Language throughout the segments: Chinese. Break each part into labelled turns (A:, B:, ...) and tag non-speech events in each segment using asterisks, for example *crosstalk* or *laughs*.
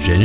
A: 人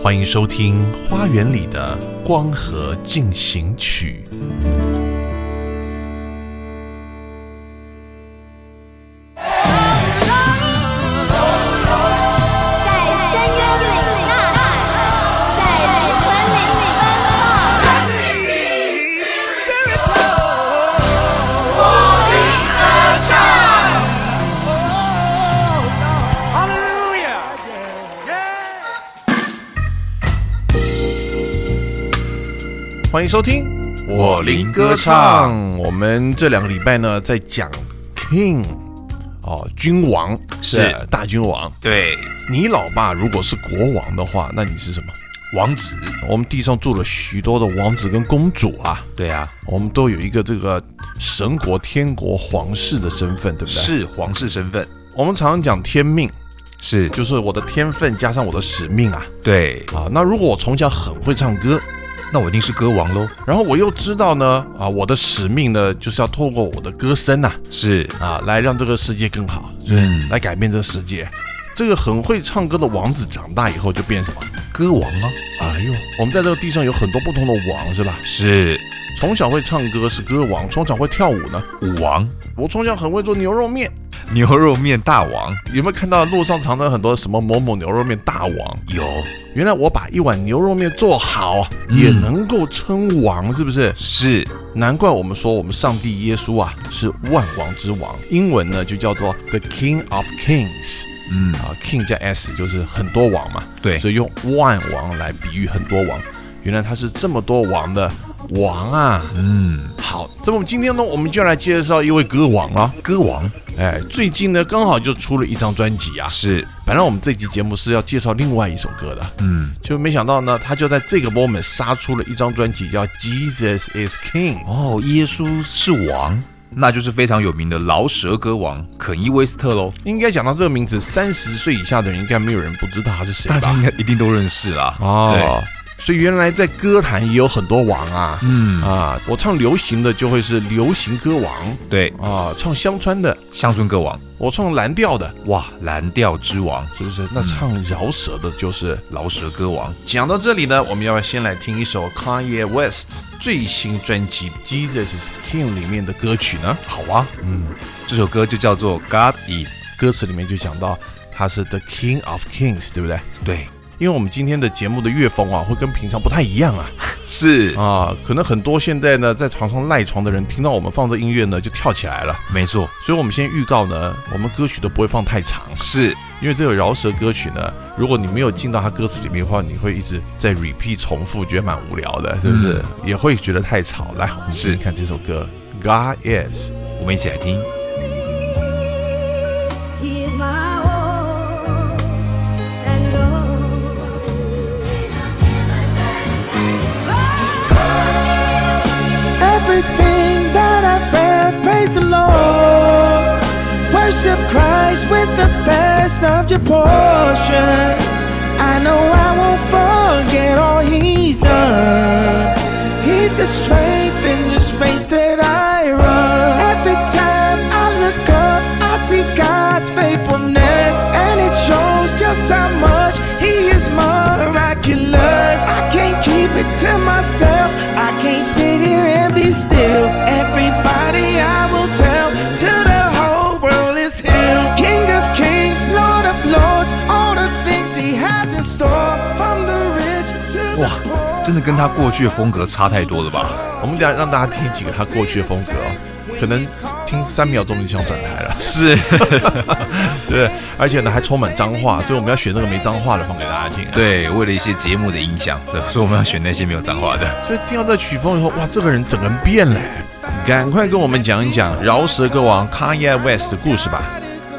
A: 欢迎收听《花园里的光合进行曲》。
B: 在深渊里呐喊，在灵魂里奔跑。
A: 欢迎收听我林歌唱。我们这两个礼拜呢，在讲 King 哦，君王
C: 是
A: 呃大君王。
C: 对，
A: 你老爸如果是国王的话，那你是什么？
C: 王子，
A: 我们地上住了许多的王子跟公主啊，
C: 对啊，
A: 我们都有一个这个神国、天国、皇室的身份，对不对？。
C: 是皇室身份，
A: 我们常常讲天命，
C: 是
A: 就是我的天分加上我的使命啊。
C: 对，
A: 啊，那如果我从小很会唱歌，
C: 那我一定是歌王喽，
A: 然后我又知道呢，啊，我的使命呢，就是要透过我的歌声呐、
C: 是
A: 啊，来让这个世界更好，就是
C: 嗯
A: 来改变这个世界。这个很会唱歌的王子长大以后就变什么？
C: 歌王啊，
A: 哎呦，我们在这个地上有很多不同的王，是吧？
C: 是
A: 从小会唱歌是歌王，从小会跳舞呢。
C: 舞王，
A: 我从小很会做牛肉面，
C: 牛肉面大王，
A: 有没有看到路上常常很多什么某某牛肉面大王？
C: 有
A: 原来我把一碗牛肉面做好，也
C: 嗯
A: 能够称王，是不是？
C: 是
A: 难怪我们说我们上帝耶稣啊是万王之王，英文呢就叫做 The King of Kings
C: 嗯
A: 啊，King 加 s 就是很多王嘛，
C: 对
A: 所以用万王来比喻很多王。原来他是这么多王的王啊！
C: 嗯，
A: 好，那么我们今天呢，我们就来介绍一位歌王了。
C: 歌王
A: 哎，最近呢刚好就出了一张专辑啊。
C: 是
A: 本来我们这期节目是要介绍另外一首歌的，
C: 嗯
A: 就没想到呢，他就在这个 moment 杀出了一张专辑，叫《Jesus Is King》。
C: 哦，耶稣是王，那就是非常有名的饶舌歌王肯伊威斯特喽，
A: 应该讲到这个名字，三十岁以下的人应该没有人不知道他是谁
C: 大家
A: 吧
C: 应？该一定都认识啦，
A: 哦，所以原来在歌坛也有很多王啊。
C: 嗯
A: 啊，我唱流行的就会是流行歌王
C: 对，
A: 啊，唱乡川的，
C: 乡村歌王，
A: 我唱蓝调的，
C: 哇，蓝调之王，
A: 是不是？那唱饶舌的就是。
C: 饶舌歌王，
A: 嗯讲到这里呢，我们要先来听一首 Kanye West 最新专辑《Jesus Is King》里面的歌曲呢。
C: 好啊，嗯，这首歌就叫做《God Is》，
A: 歌词里面就讲到他是 The King of Kings，对不对？
C: 对，
A: 因为我们今天的节目的乐风啊，会跟平常不太一样啊。
C: 是
A: 啊，可能很多现在呢在床上赖床的人，听到我们放这音乐呢就跳起来了。
C: 没错，
A: 所以我们先预告呢，我们歌曲都不会放太长，
C: 是
A: 因为这个饶舌歌曲呢，如果你没有进到它歌词里面的话，你会一直在 repeat 重复，觉得蛮无聊的，是不是？也会觉得太吵。来，我们
C: 是
A: 听听看这首歌《God Is》。
C: 我们一起来听。
D: He is my all and all.
E: Everything that I've had, praise the Lord. Worship Christ with the best of your portions. I know I won't forget all He's done. He's the strength in this race that I run. Every time I look up, I see God's faithfulness, and it shows just how much He is miraculous. I can't keep it to myself. I can't sit here and be still. Everybody I will tell till the whole world is healed. King of kings, Lord of lords, all the things He has in store from the rich to the
C: 哇
E: poor.，
C: 真的跟他过去的风格差太多了吧？
A: 我们等一下让大家听几个他过去的风格哦，可能听三秒钟就想转台了。
C: 是，
A: 对，而且呢还充满脏话，所以我们要选那个没脏话的放给大家听、啊。，
C: *laughs* 对，为了一些节目的影响，对，所以我们要选那些没有脏话的。
A: 所以听到这曲风以后，哇，这个人整个人变了欸。赶快跟我们讲一讲饶舌歌王 Kanye West 的故事吧。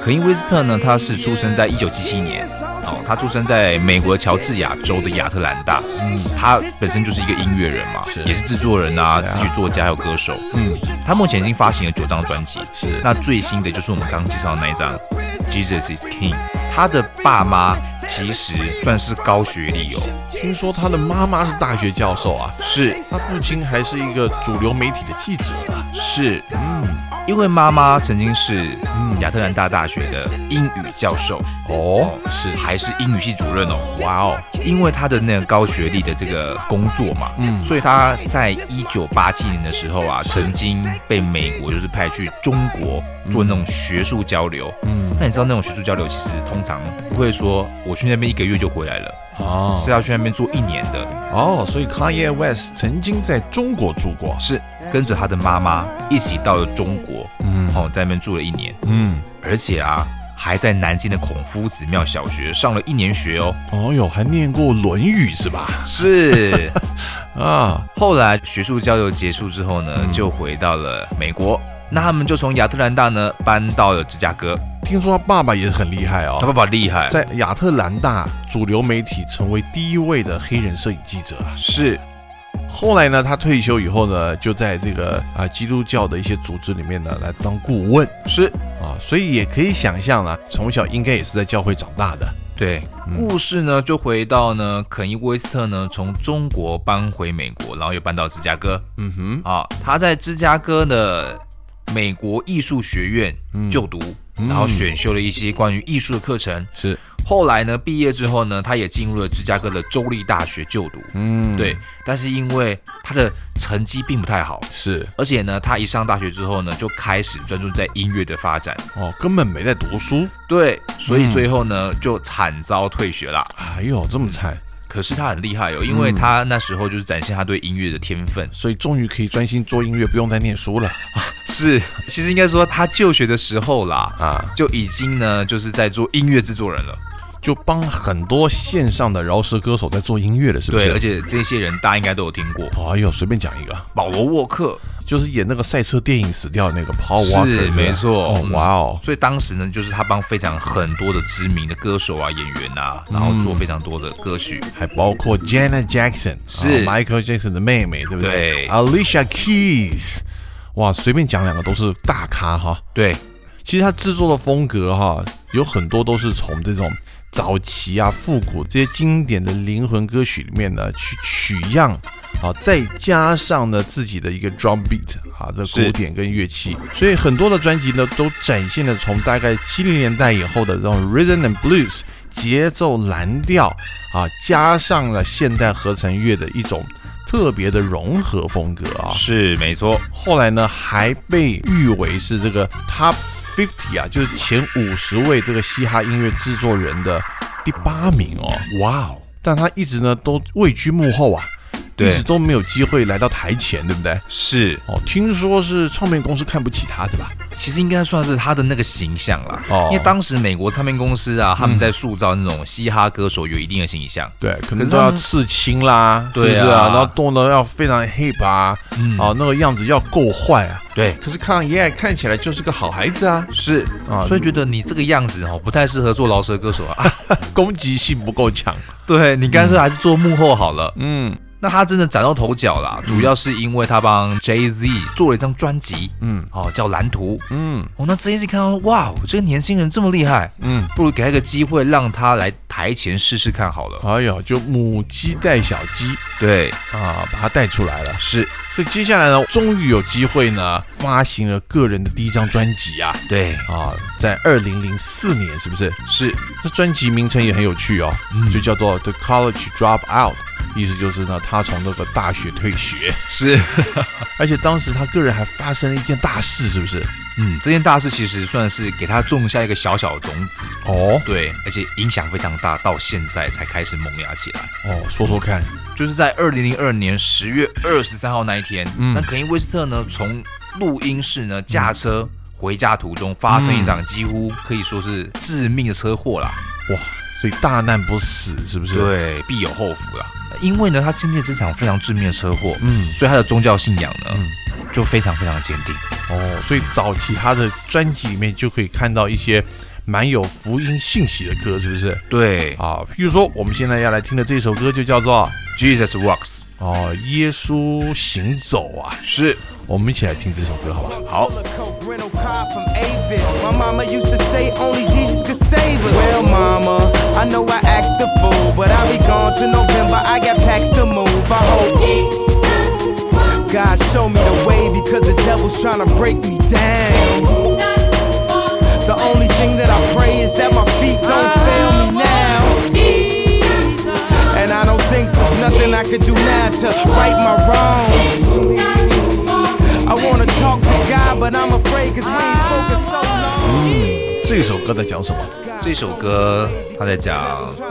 C: 肯伊威斯特呢，他是出生在一九七七年，哦，他出生在美国乔治亚州的亚特兰大，嗯他本身就是一个音乐人嘛，也是制作人啊、词曲作家还有歌手，嗯，他目前已经发行了九张专辑，是，那最新的就是我们刚刚介绍的那一张《Jesus Is King》，他的爸妈其实算是高学历哦，
A: 听说他的妈妈是大学教授啊，
C: 是
A: 他父亲还是一个主流媒体的记者啊。
C: 是，嗯，因为妈妈曾经是嗯亚特兰大大学的英语教授
A: 哦是
C: 还是英语系主任哦，哇哦！因为他的那个高学历的这个工作嘛，嗯，所以他在一九八七年的时候啊，曾经被美国就是派去中国做那种学术交流，嗯，那你知道那种学术交流其实通常不会说我去那边一个月就回来了，
A: 哦
C: 是要去那边做一年的，
A: 哦，所以 Kanye West 曾经在中国住过。
C: 是跟着他的妈妈一起到了中国，嗯，哦，在那边住了一年，
A: 嗯，
C: 而且啊，还在南京的孔夫子庙小学上了一年
A: *laughs*
C: 学哦。
A: 哦哟，还念过《论语》是吧？
C: 是，
A: 啊，
C: 后来学术交流结束之后呢，
A: 嗯
C: 就回到了美国。那他们就从亚特兰大呢搬到了芝加哥。
A: 听说他爸爸也是很厉害
C: 他
A: 哦，
C: 爸爸厉害，
A: 在亚特兰大主流媒体成为第一位的黑人摄影记者啊。
C: 是
A: 后来呢，他退休以后呢，就在这个啊基督教的一些组织里面呢来当顾问
C: 是，
A: 啊，所以也可以想象呢，从小应该也是在教会长大的。
C: 对。
A: 嗯
C: 故事呢就回到呢肯尼威斯特呢从中国搬回美国，然后又搬到芝加哥。
A: 嗯哼，
C: 啊，他在芝加哥的美国艺术学院
A: 嗯
C: 就读，然后选修了一些关于艺术的课程。
A: 是
C: 后来呢，毕业之后呢，他也进入了芝加哥的州立大学就读。嗯，对，但是因为他的成绩并不太好，
A: 是
C: 而且呢，他一上大学之后呢，就开始专注在音乐的发展。
A: 哦，根本没在读书。
C: 对，所以最后呢，就惨遭退学啦。
A: 哎呦，这么惨，
C: 可是他很厉害哦，因为他那时候就是展现他对音乐的天分，
A: 所以终于可以专心做音乐，不用再念书了。
C: 是，其实应该说他就学的时候啦，
A: 啊
C: 啊，就已经呢就是在做音乐制作人了。
A: 就帮很多线上的饶舌歌手在做音乐了，是不是？
C: 对，而，且这些人大家应该都有听过，
A: 哎呦，随便讲一个，
C: 保罗沃克
A: 就是演那个赛车电影死掉的那个 Paul 哦 Walker，是
C: 是
A: 不是
C: 没错
A: 哦，，哇哦
C: 嗯，所以当时呢，就是他帮非常很多的知名的歌手啊、演员啊，然后做非常多的歌曲。
A: 还包括 Janet Jackson，啊
C: 是
A: Michael Jackson 的妹妹，对不
C: 对
A: ？Alicia Keys，哇，随便讲两个都是大咖哈。
C: 对，
A: 其实他制作的风格哈，有很多都是从这种早期啊、复古这些经典的灵魂歌曲里面呢去取样。啊，再加上呢自己的一个 drum beat 啊，这
C: 是
A: 鼓点跟乐器，所以很多的专辑呢都展现了从大概七零年代以后的这种 rhythm and blues 节奏蓝调啊，加上了现代合成乐的一种特别的融合风格啊。
C: 是没错，
A: 后来呢，还被誉为是这个 Top 50啊，就是前五十位这个嘻哈音乐制作人的第八名哦。
C: 哇哦，
A: 但他一直呢都位居幕后啊，
C: 对
A: 一直都没有机会来到台前，对不对？
C: 是，
A: 哦，听说是唱片公司看不起他，是吧？
C: 其实应该算是他的那个形象啦。
A: 哦
C: 因为当时美国唱片公司啊，他们在塑造那种嘻哈歌手有一定的形象。
A: 对，可
C: 可
A: 能
C: 是
A: 都
C: 他
A: 要
C: 们
A: 刺青啦，是不
C: 对
A: 是
C: 啊
A: 然
C: 嗯
A: 后动的要非常 hip 啊，啊，那个样子要够坏啊。
C: 对，
A: 可是康爷看起来就是个好孩子啊，
C: 是
A: 啊
C: 所以觉得你这个样子哦，不太适合做饶舌歌手啊。啊
A: 攻击性不够强。
C: 对你干脆还是做幕后好了。
A: 嗯，
C: 那他真的崭露头角啦，主要是因为他帮 Jay Z 做了一张专辑，嗯，哦，叫《蓝图》，嗯，哦，那 Jay Z 看到，哇，这个年轻人这么厉害，嗯，不如给他一个机会，让他来台前试试看好了。
A: 哎呦，就母鸡带小鸡
C: 对，
A: 啊，把它带出来了。
C: 是，
A: 所以接下来呢，终于有机会呢，发行了个人的第一张专辑啊
C: 对，
A: 啊，在二零零四年，是不是？
C: 是，
A: 这专辑名称也很有趣哦，就叫做《The College Dropout》，意思就是呢，他从那个大学退学，
C: *laughs* 是，
A: 而且当时他个人还发生了一件大事，是不是？
C: 嗯，这件大事其实算是给他种下一个小小的种子，
A: 哦
C: 对，而且影响非常大，到现在才开始萌芽起来。
A: 哦，说说看，
C: 就是在二零零二年十月二十三号那一天，那肯尼威斯特呢从录音室呢驾车回家途中发生一场几乎可以说是致命的车祸啦。
A: 哇，所以大难不死，是不是？，
C: 对，必有后福啦。因为呢，他经历了这场非常致命的车祸，
A: 嗯，
C: 所以他的宗教信仰呢，
A: 嗯
C: 就非常非常的坚定。
A: 哦，所以早期他的专辑里面就可以看到一些蛮有福音信息的歌，是不是？
C: 对
A: 啊，譬如说我们现在要来听的这首歌就叫做
C: ，Jesus walks，
A: 哦，耶稣行走啊，
C: 是
A: 我们一起来听这首歌，好不好？
C: 好。
D: Coke, rental car from Avis. My mama used to say only Jesus could save us. Well, mama, I know I act the fool, but I'll be gone to November. I got packs to move. I hope God show me the way because the devil's trying to break me down. The only thing that I pray is that my feet don't fail me now. And I don't think there's nothing I could do now to right my wrongs. I wanna talk to God, but I'm afraid cause we ain't spoken so long.
A: 这首歌在讲什么？
C: 这首歌他在讲，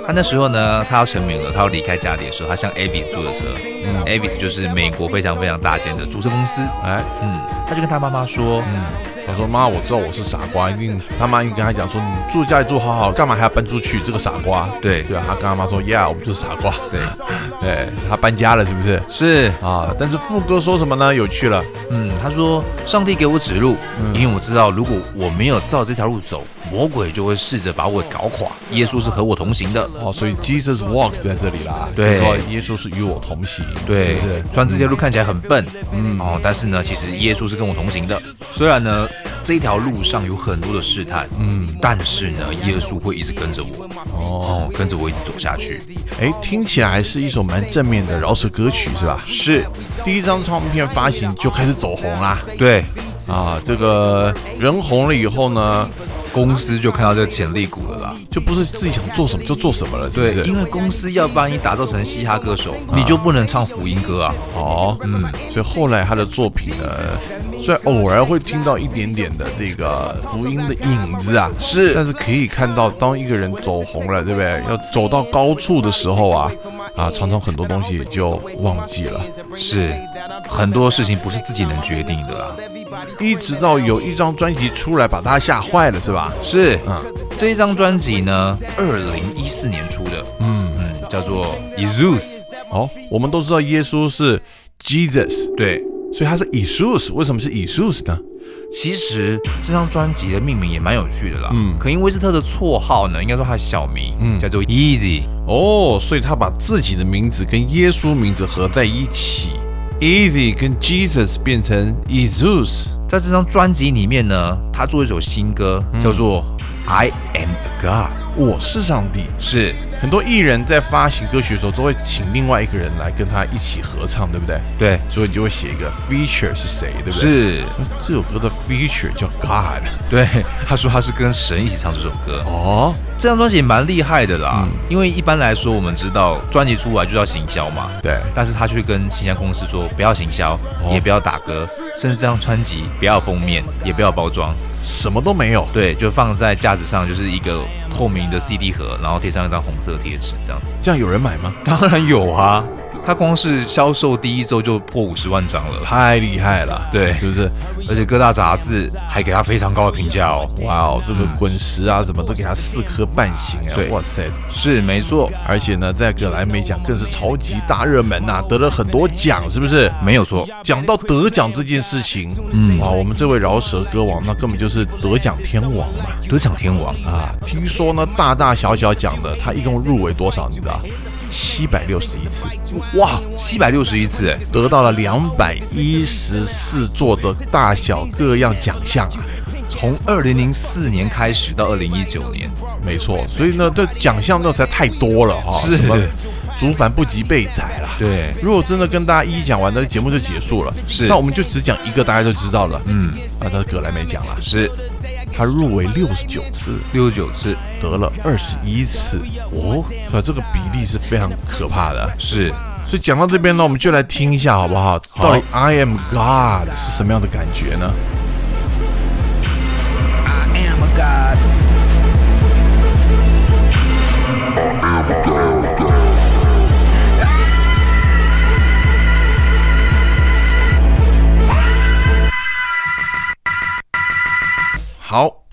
C: 他那时候呢，他要成名了，他要离开家里的时候，他向 Avis 租的车。嗯，Avis 就是美国非常非常大间的租车公司。
A: 哎，
C: 嗯，他就跟他妈妈说，嗯
A: 他说：“妈，我知道我是傻瓜，一定他妈一定跟他讲说，你住家里住好好，干嘛还要搬出去？这个傻瓜。”
C: 对
A: 对啊，他跟他妈说：“Yeah，我们就是傻瓜。”
C: 对，
A: *laughs* 哎，他搬家了，是不是？
C: 是，
A: 啊，但是副歌说什么呢？有趣了，
C: 嗯，他说上帝给我指路，因为我知道如果我没有照这条路走，魔鬼就会试着把我搞垮。耶稣是和我同行的。
A: 哦，所以 Jesus walk 就在这里啦，
C: 对
A: 就说耶稣是与我同行，
C: 对
A: 是不是，？
C: 虽然这条路看起来很笨，嗯，哦，但是呢，其实耶稣是跟我同行的。虽然呢，这条路上有很多的试探，嗯，但是呢，耶稣会一直跟着我，哦，跟着我一直走下去。
A: 哎，听起来是一首蛮正面的饶舌歌曲，是吧？
C: 是，
A: 第一张唱片发行就开始走红啦，
C: 对，
A: 啊，这个人红了以后呢，
C: 公司就看到这个潜力股了啦。
A: 就不是自己想做什么就做什么了，是不
C: 对，
A: 是？
C: 因为公司要把你打造成嘻哈歌手，你就不能唱福音歌啊。
A: 哦，嗯，所以后来他的作品呢，虽然偶尔会听到一点点的这个福音的影子啊，
C: 是
A: 但是可以看到，当一个人走红了，对不对？要走到高处的时候啊，啊，常常很多东西也就忘记了。
C: 是，很多事情不是自己能决定的啦。
A: 一直到有一张专辑出来，把他吓坏了，是吧？
C: 是，嗯，这一张专辑呢，二零一四年出的，嗯嗯，叫做 Jesus，
A: 哦，我们都知道耶稣是 Jesus，
C: 对。
A: 所以他是 Jesus，为什么是 Jesus 呢？
C: 其实这张专辑的命名也蛮有趣的啦，嗯，可因威斯特的绰号呢，应该说他的小名，嗯，叫做 Easy，
A: 哦，所以他把自己的名字跟耶稣名字合在一起，Easy 跟 Jesus 变成 Jesus。
C: 在这张专辑里面呢，他做一首新歌，叫做 I Am a God，
A: 啊我是上帝。
C: 是
A: 很多艺人在发行歌曲的时候，都会请另外一个人来跟他一起合唱，对不对？
C: 对，
A: 所以你就会写一个 feature 是谁，对不对？
C: 是，
A: 这首歌的 feature 叫 God。
C: 对， *laughs* 他说他是跟神一起唱这首歌，
A: 哦，
C: 这张专辑也蛮厉害的啦，因为一般来说我们知道专辑出来就要行销嘛，
A: 对
C: 但是他却跟行销公司说不要行销，也不要打歌，甚至这张专辑不要有封面，也不要有包装，
A: 什么都没有。
C: 对，就放在架子上，就是一个透明的 CD 盒，然后贴上一张红色的贴纸，这样子。
A: 这样有人买吗？
C: 当然有啊，他光是销售第一周就破五十万张了，
A: 太厉害了，
C: 对
A: 是不是？
C: 而且各大杂志还给他非常高的评价哦。
A: 哇哦，这个滚石啊，怎么都给他四颗半星啊！
C: 对
A: 哇塞，
C: 是没错，
A: 而且呢，在葛莱美奖更是超级大热门呐、得了很多奖，是不是？
C: 没有错，
A: 讲到得奖这件事情，嗯，啊，我们这位饶舌歌王，那根本就是得奖天王嘛。
C: 得奖天王
A: 啊，听说呢，大大小小奖的，他一共入围多少？你知道？七百六十一次，
C: 哇，七百六十一次哎。
A: 得到了两百一十四座的大小各样奖项啊。
C: 从二零零四年开始到二零一九年，
A: 没错，所以呢，这奖项那实在太多了哈、
C: 是
A: 什么竹凡不及被宰啦。
C: 对
A: 如果真的跟大家一一讲完，那节目就结束了。
C: 是
A: 那我们就只讲一个，大家就知道了。嗯，那他葛莱美奖了，
C: 是
A: 他入围六十九次，
C: 六十九次，
A: 得了二十一次，哦，所以这个比例是非常可怕的。
C: 是
A: 所以讲到这边呢，我们就来听一下
D: 嗯
A: 好不好？到底 I am God 是什么样的感觉呢？
D: I am a God.
A: *laughs*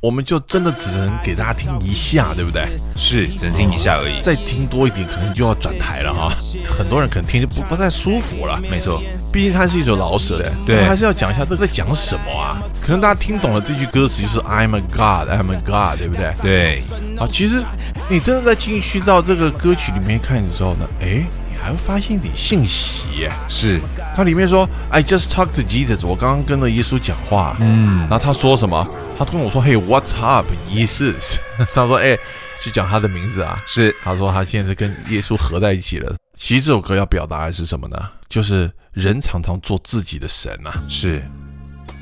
A: 我们就真的只能给大家听一下，对不对？
C: 是只能听一下而已。
A: 再听多一点，可能就要转台了哈。很多人可能听就不不太舒服了，
C: 没错，
A: 毕竟它是一首老舍的，
C: 对
A: 我们还是要讲一下这个在讲什么啊？可能大家听懂了这句歌词就是 I'm a God, I'm a God，对不对？
C: 对，
A: 啊，其实你真的在进去到这个歌曲里面看的时候呢，诶，你还会发现一点信息耶。
C: 是
A: 它里面说 I just talked to Jesus，我刚刚跟了耶稣讲话，嗯，然后他说什么？他跟我说 Hey, what's up, Jesus？他 *laughs* 说，诶，去讲他的名字啊，
C: 是，
A: 他说他现在跟耶稣合在一起了。其实这首歌要表达的是什么呢？就是人常常做自己的神啊，
C: 是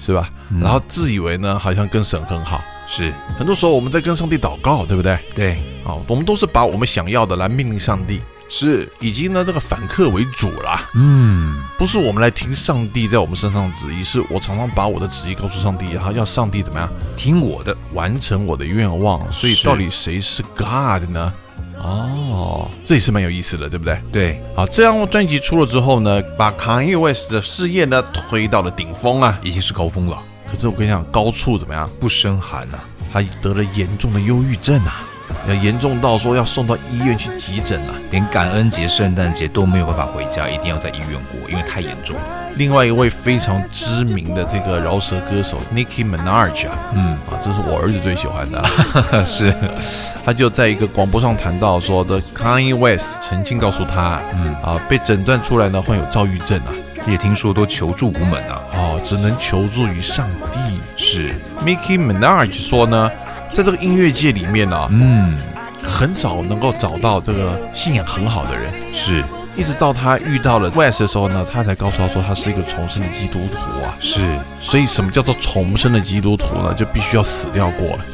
A: 是吧？
C: 嗯
A: 然后自以为呢，好像跟神很好。
C: 是，
A: 很多时候我们在跟上帝祷告，对不对？
C: 对，
A: 啊，我们都是把我们想要的来命令上帝，
C: 是
A: 以及呢这个反客为主啦。
C: 嗯，
A: 不是我们来听上帝在我们身上的旨意，是我常常把我的旨意告诉上帝，然后要上帝怎么样
C: 听我的，
A: 完成我的愿望。所以
C: 是
A: 到底谁是 God 呢？哦，这也是蛮有意思的，对不对？
C: 对，
A: 好，这张专辑出了之后呢，把 Kanye West 的事业呢推到了顶峰啊。
C: 已经是高峰了，
A: 可是我跟你讲，高处怎么样？
C: 不胜寒啊。
A: 他得了严重的忧郁症啊，要严重到说要送到医院去急诊啊。
C: 连感恩节、圣诞节都没有办法回家，一定要在医院过，因为太严重了。
A: 另外一位非常知名的这个饶舌歌手 Nicki Minaj 啊，嗯啊，这是我儿子最喜欢的啊，是，他就在一个广播上谈到说的 Kanye West 曾经告诉他，嗯啊，被诊断出来呢患有躁郁症啊，
C: 也听说都求助无门啊。
A: 哦，只能求助于上帝。
C: 是，
A: Nicki Minaj 说呢，在这个音乐界里面呢、啊
C: 嗯，
A: 很少能够找到这个信仰很好的人。
C: 是
A: 一直到他遇到了 West 的时候呢，他才告诉他说他是一个重生的基督徒啊。
C: 是，
A: 所以什么叫做重生的基督徒呢？就必须要死掉过了，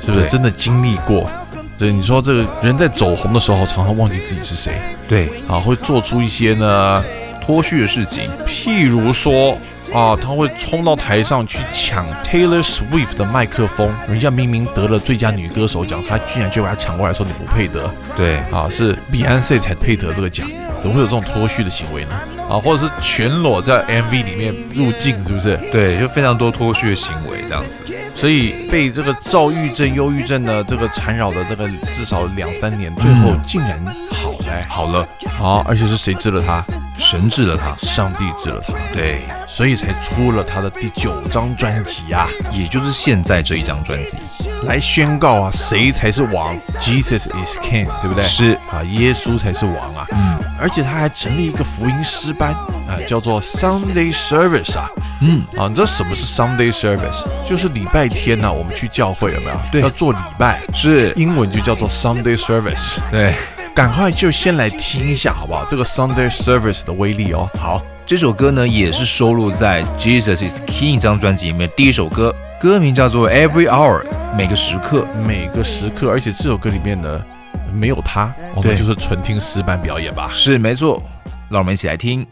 A: 是不是？
C: 对
A: 真的经历过。对，你说这个人在走红的时候，常常忘记自己是谁
C: 对，
A: 啊，会做出一些呢，
C: 脱序的事情
A: 譬如说啊，他会冲到台上去抢 Taylor Swift 的麦克风，人家明明得了最佳女歌手奖，他居然就把她抢过来说你不配得
C: 对
A: 啊，是 Beyonce 才配得这个奖，怎么会有这种脱序的行为呢？啊，或者是全裸在 MV 里面入镜，是不是？
C: 对，就非常多脱序的行为这样子。
A: 所以被这个躁郁症、忧郁症的这个缠绕的这个至少两三年，最后竟然好了、
C: 哎
A: 哎
C: 好了，
A: 好，而且是谁治了他？
C: 神治了他。
A: 上帝治了他，
C: 对，
A: 所以才出了他的第九张专辑啊，
C: 也就是现在这一张专辑。
A: 来宣告啊，谁才是王？Jesus is King，对不对？
C: 是
A: 啊，耶稣才是王啊。嗯，而且他还成立一个福音诗班啊，叫做 Sunday Service 啊。嗯，啊，你知道什么是 Sunday Service？就是礼拜天呢、我们去教会有没有？
C: 对
A: 要做礼拜。
C: 是
A: 英文就叫做 Sunday Service。
C: 对，
A: 赶快就先来听一下好不好？这个 Sunday Service 的威力哦。好，
C: 这首歌呢也是收录在《Jesus Is King》这张专辑里面第一首歌，歌名叫做《Every Hour》，每个时刻。
A: 每个时刻，而且这首歌里面呢没有他，我们
C: 对
A: 就是纯听诗班表演吧。
C: 是没错，让我们一起来听。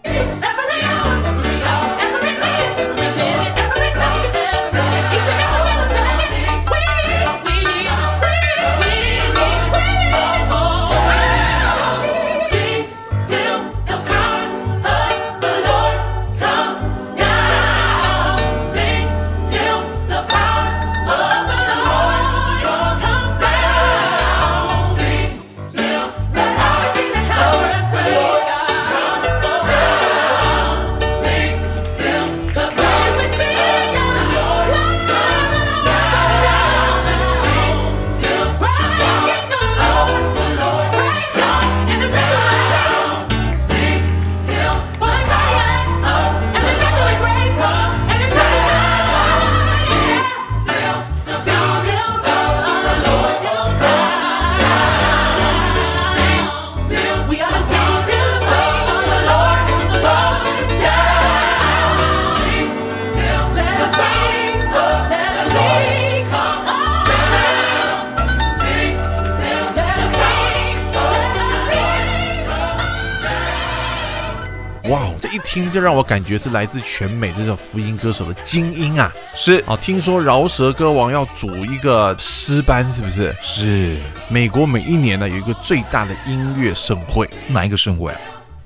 A: 哇，哦这一听就让我感觉是来自全美这种福音歌手的精英啊！
C: 是哦
A: 啊，听说饶舌歌王要组一个诗班，是不是？
C: 是
A: 美国每一年呢有一个最大的音乐盛会，
C: 哪一个盛会啊？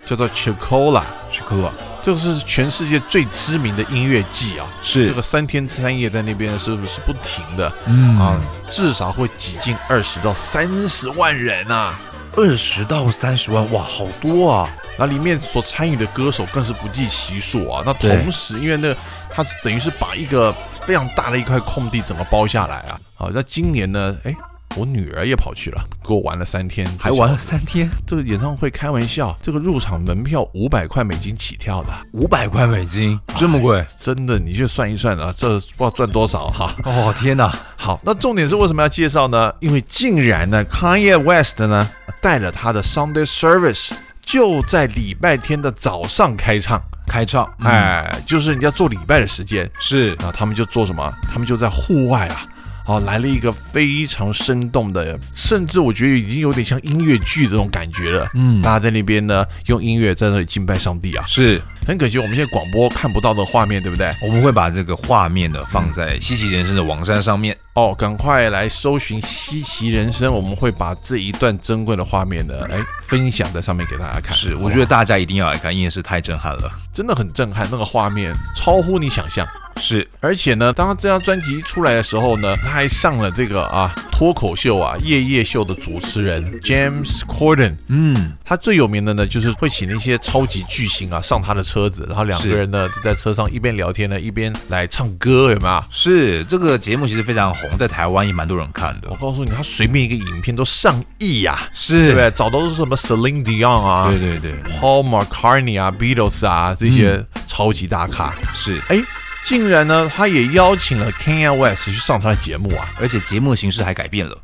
A: 叫做 Chicola。
C: 是科啊，
A: 这个是全世界最知名的音乐季啊，
C: 是
A: 这个三天三夜在那边是不是不停的、
C: 嗯
A: 啊？至少会挤进二十到三十万人啊！
C: 二十到三十万，哇，好多
A: 多啊！然后里面所参与的歌手更是不计其数啊。那同时，因为那个它是等于是把一个非常大的一块空地整个包下来啊。好，那今年呢？哎，我女儿也跑去了，给我玩了三天，
C: 还玩了三天，
A: 这个演唱会。开玩笑，这个入场门票五百块美金起跳的，
C: 五百块美金，这么贵？
A: 真的，你就算一算啊，这不知道赚多少哈、
C: 哦，天哪！
A: 好，那重点是为什么要介绍呢？因为竟然呢，Kanye West 呢带了他的 Sunday Service，就在礼拜天的早上开唱。
C: 开唱，哎，
A: 哎，就是人家做礼拜的时间，
C: 是
A: 那他们就做什么？他们就在户外啊，好、来了一个非常生动的，甚至我觉得已经有点像音乐剧这种感觉了。嗯，大家在那边呢，用音乐在那里敬拜上帝啊。
C: 是，
A: 很可惜，我们现在广播看不到的画面，对不对？
C: 我们会把这个画面呢放在稀奇人生的网站上面。
A: 哦，赶快来搜寻《稀奇人生》，我们会把这一段珍贵的画面呢，哎，分享在上面给大家看。
C: 是，我觉得大家一定要来看，因为是太震撼了。
A: 真的很震撼，那个画面超乎你想象。
C: 是，
A: 而且呢，当他这张专辑一出来的时候呢，他还上了这个啊脱口秀啊夜夜秀的主持人 James Corden。
C: 嗯，
A: 他最有名的呢，就是会请那些超级巨星啊上他的车子，然后两个人呢就在车上一边聊天呢，一边来唱歌，有没有？
C: 是这个节目其实非常红，在台湾也蛮多人看的
A: 我。告诉你，他随便一个影片都上亿呀、
C: 是
A: 对不对？找都是什么 Celine Dion 啊，
C: 对对对，嗯
A: Paul McCartney 啊，Beatles 啊这些超级大咖。
C: 是，
A: 哎、竟然呢，他也邀请了 Kanye West 去上他的节目啊。
C: 而且节目形式还改变了。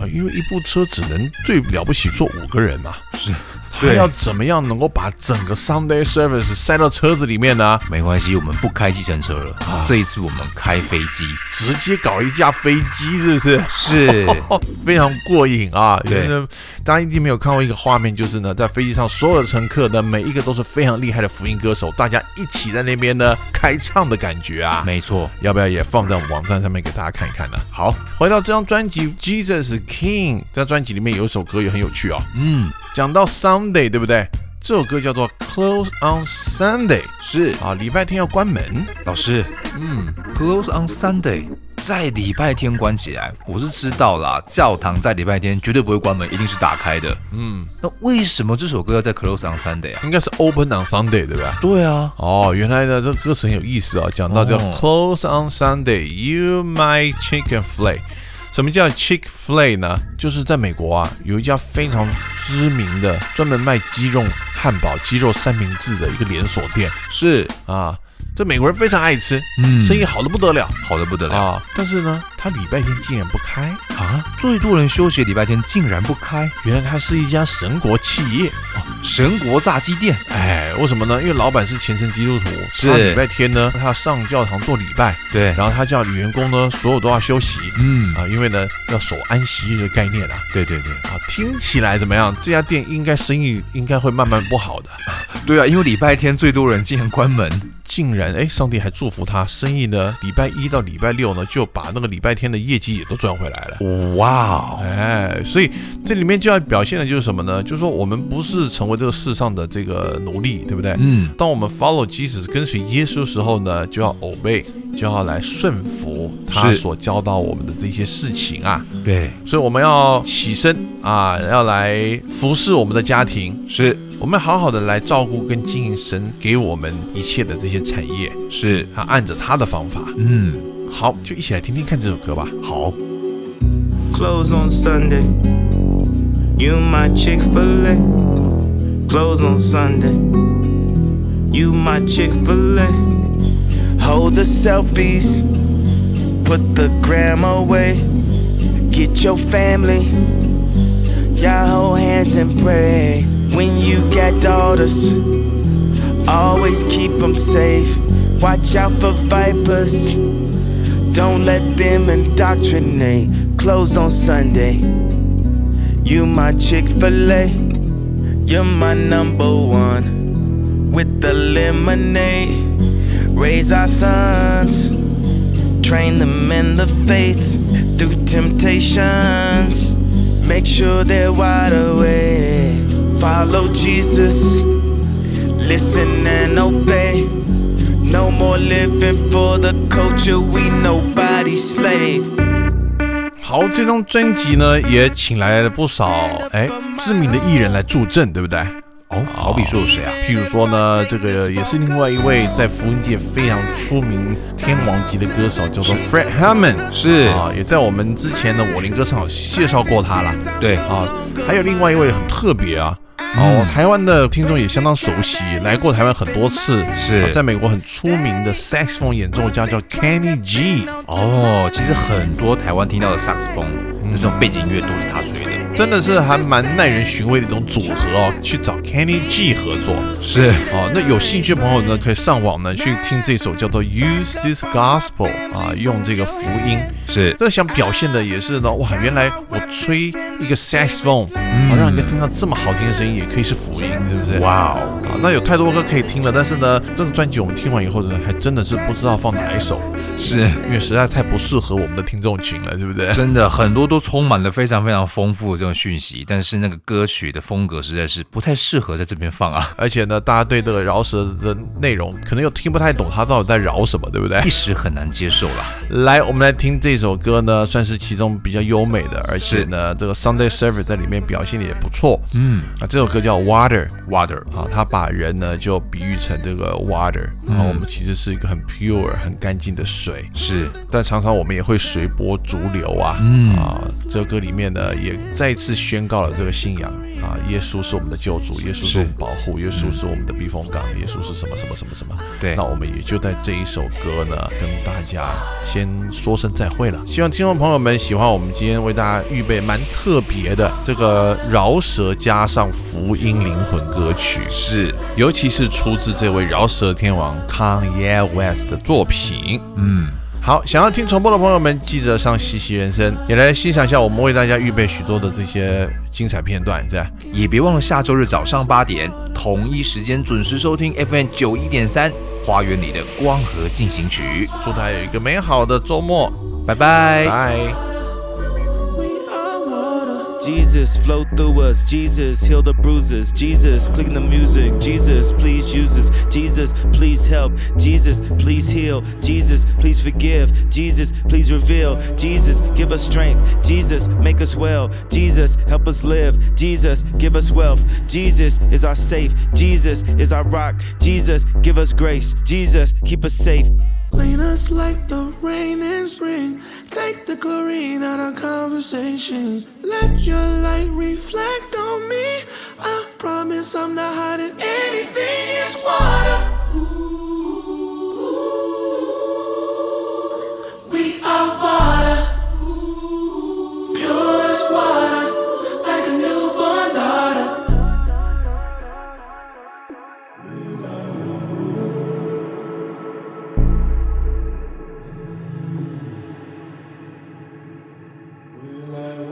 A: 啊，因为一部车只能最了不起坐五个人嘛，
C: 是，
A: 他
C: 对，
A: 要怎么样能够把整个 Sunday Service 塞到车子里面呢？
C: 没关系，我们不开计程车了，这一次我们开飞机。
A: 直接搞一架飞机，是不是？
C: 是，
A: 哦， *laughs* 非常过瘾啊！
C: 对
A: 真的，大家一定没有看过一个画面，就是呢，在飞机上所有的乘客呢，每一个都是非常厉害的福音歌手，大家一起在那边呢开唱的感觉啊！
C: *laughs* 没错。
A: 要不要也放在我们网站上面给大家看一看呢？
C: 好，
A: 回到这张专辑《Jesus King》，这张专辑里面有一首歌也很有趣哦。
C: 嗯，
A: 讲到 Sunday，对不对？这首歌叫做《Close on Sunday》
C: 是
A: 啊，礼拜天要关门。
C: 老师，
A: 嗯，
C: Close on Sunday，在礼拜天关起来，我是知道啦。教堂在礼拜天绝对不会关门，一定是打开的。嗯，那为什么这首歌要在 Close on Sunday 啊？
A: 应该是 Open on Sunday，对不对？
C: 对啊，
A: 哦，原来呢，这歌词很有意思啊、讲到叫
C: 哦
A: Close on Sunday, you my chicken fillet。什么叫 chick fillet 呢？就是在美国啊，有一家非常知名的专门卖鸡肉汉堡、鸡肉三明治的一个连锁店
C: 是
A: 啊。这美国人非常爱吃，
C: 嗯
A: 生意好的不得了
C: 好的不得了
A: 啊。但是呢，他礼拜天竟然不开，
C: 啊！最多人休息的礼拜天竟然不开
A: 原来它是一家神国企业。
C: 神国炸鸡店，
A: 哎，为什么呢？因为老板是虔诚基督徒，
C: 是
A: 他礼拜天呢，他上教堂做礼拜，
C: 对
A: 然后他叫员工呢，所有都要休息，
C: 嗯
A: 啊，因为呢要守安息日的概念啊。
C: 对对对，
A: 啊，听起来怎么样？这家店应该生意应该会慢慢不好的。
C: 对啊，因为礼拜天最多人竟然关门，
A: 竟然，哎，上帝还祝福他生意呢，礼拜一到礼拜六呢，就把那个礼拜天的业绩也都赚回来了。
C: 哇哦，
A: 哎，所以这里面就要表现的就是什么呢？就是说我们不是成为这个世上的这个奴隶，对不对？
C: 嗯，
A: 当我们 follow Jesus 跟随耶稣时候呢，就要 obey，就要来顺服他
C: 是
A: 所教导我们的这些事情啊。
C: 对，
A: 所以我们要起身啊，要来服侍我们的家庭，
C: 是
A: 我们好好的来照顾跟经营神给我们一切的这些产业，
C: 是，
A: 啊，按着他的方法。
C: 嗯，
A: 好，就一起来听听看这首歌吧。好，
F: Close on Sunday. You my Chick fil A. Close on Sunday. You my Chick fil A. Hold the selfies. Put the gram away. Get your family. Y'all hold hands and pray. When you got daughters, always keep 'em safe. Watch out for vipers. Don't let them indoctrinate. Closed on Sunday. You my Chick fil A. You're my number one. With the lemonade. Raise our sons. Train them in the faith. Through temptations. Make sure they're wide awake. Follow Jesus. listen and obey. No more living for the culture, we nobody slave.
A: 好，这张专辑呢也请来了不少哎知名的艺人来助阵，对不对？
C: 哦，好比说有谁啊？
A: 譬如说呢，这个也是另外一位在福音界非常出名天王级的歌手，叫做 Fred Hammond，
C: 是
A: 啊，也在我们之前的我林歌唱有介绍过他了。
C: 对，嗯
A: 啊，还有另外一位很特别啊。哦，台湾的听众也相当熟悉，来过台湾很多次，
C: 是
A: 啊在美国很出名的 saxophone 演奏家叫 Kenny G，
C: 哦，其实很多台湾听到的萨克斯风的这种背景音乐都是他吹的，
A: 真的是还蛮耐人寻味的一种组合哦。去找 Kenny G 合作
C: 是
A: 哦，那有兴趣的朋友呢，可以上网呢去听这首叫做《Use This Gospel》啊，用这个福音。
C: 是，
A: 这想表现的也是呢，哇，原来我吹一个 saxophone，、啊，让人家听到这么好听的声音，也可以是福音，是不是？
C: 嗯哇哦。
A: 啊，那有太多歌可以听了，但是呢，这个专辑我们听完以后呢，还真的是不知道放哪一首，
C: 是，
A: 因为实在太不适合我们的听众群了，对不对？
C: 真的很多都充满了非常非常丰富的这种讯息，但是那个歌曲的风格实在是不太适合在这边放 *laughs* 啊，
A: 而且呢，大家对这个饶舌的内容可能又听不太懂，他到底在饶什么，对不对
C: 一？时很难接受啦。
A: *laughs* 来，我们来听这首歌呢，算是其中比较优美的，而且呢，这个 Sunday Service 在里面表现的也不错。嗯，啊，这首歌叫 Water。
C: Water，
A: 啊，他把人呢就比喻成这个 water，然
C: 嗯
A: 后我们其实是一个很 pure、很干净的水，
C: 是
A: 但常常我们也会随波逐流啊。嗯啊，这首歌里面呢也再次宣告了这个信仰啊，耶稣是我们的救主，耶稣是我们保护，耶稣是我们的避风港，耶稣是什么什么什么什么。
C: 对
A: 那我们也就在这一首歌呢跟大家先说声再会了。希望听众朋友们喜欢我们今天为大家预备蛮特别的这个饶舌加上福音灵魂歌曲。
C: 是，
A: 尤其是出自这位饶舌天王 Kanye West 的作品。嗯，好，想要听重播的朋友们，记得上西西人生也来欣赏一下我们为大家预备许多的这些精彩片段，对吧？
C: 也别忘了下周日早上八点同一时间准时收听 FM 九一点三《花园里的光合进行曲
A: 祝大家有一个美好的周末，》，
C: 拜拜。
A: 拜。
F: Jesus, flow through us. Jesus, heal the bruises. Jesus, clicking the music. Jesus, please use us. Jesus, please help. Jesus, please heal. Jesus, please forgive. Jesus, please reveal. Jesus, give us strength. Jesus, make us well. Jesus, help us live. Jesus, give us wealth. Jesus is our safe. Jesus is our rock. Jesus, give us grace. Jesus, keep us safe.
E: Clean us like the rain in spring. Take the chlorine out of conversation. Let your light reflect on me. I promise I'm not hiding anything. It's water. We are water. Pure as water. Like a newborn daughter. Will I